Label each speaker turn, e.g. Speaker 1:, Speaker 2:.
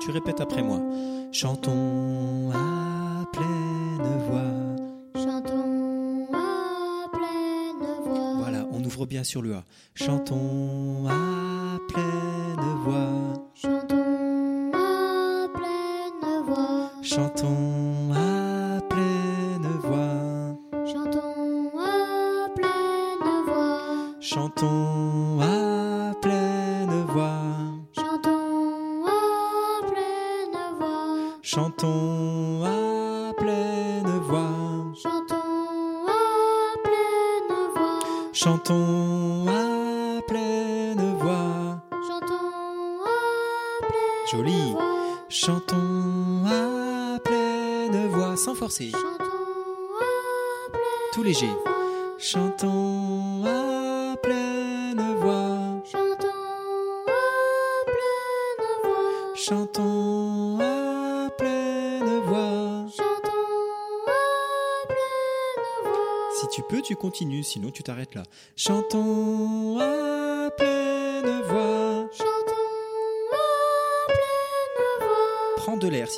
Speaker 1: tu répètes après moi. Chantons à pleine voix.
Speaker 2: Chantons à pleine voix.
Speaker 1: Voilà, on ouvre bien sur le A. Chantons à pleine voix.
Speaker 2: Chantons à pleine voix.
Speaker 1: Chantons à pleine voix.
Speaker 2: Chantons à pleine voix.
Speaker 1: Chantons à pleine voix.
Speaker 2: Chantons à pleine voix.
Speaker 1: Chantons à pleine voix.
Speaker 2: Chantons à pleine voix.
Speaker 1: Chantons à pleine voix.
Speaker 2: Chantons à pleine
Speaker 1: Joli.
Speaker 2: voix.
Speaker 1: Chantons à pleine voix, sans forcer,
Speaker 2: Chantons à pleine
Speaker 1: tout léger.
Speaker 2: voix.
Speaker 1: Chantons à pleine voix.
Speaker 2: Chantons à pleine voix.
Speaker 1: Chantons à pleine voix.
Speaker 2: Chantons à pleine voix.
Speaker 1: Si tu peux, tu continues, sinon tu t'arrêtes là. Chantons à pleine voix.
Speaker 2: Chantons à pleine voix.
Speaker 1: Prends de l'air.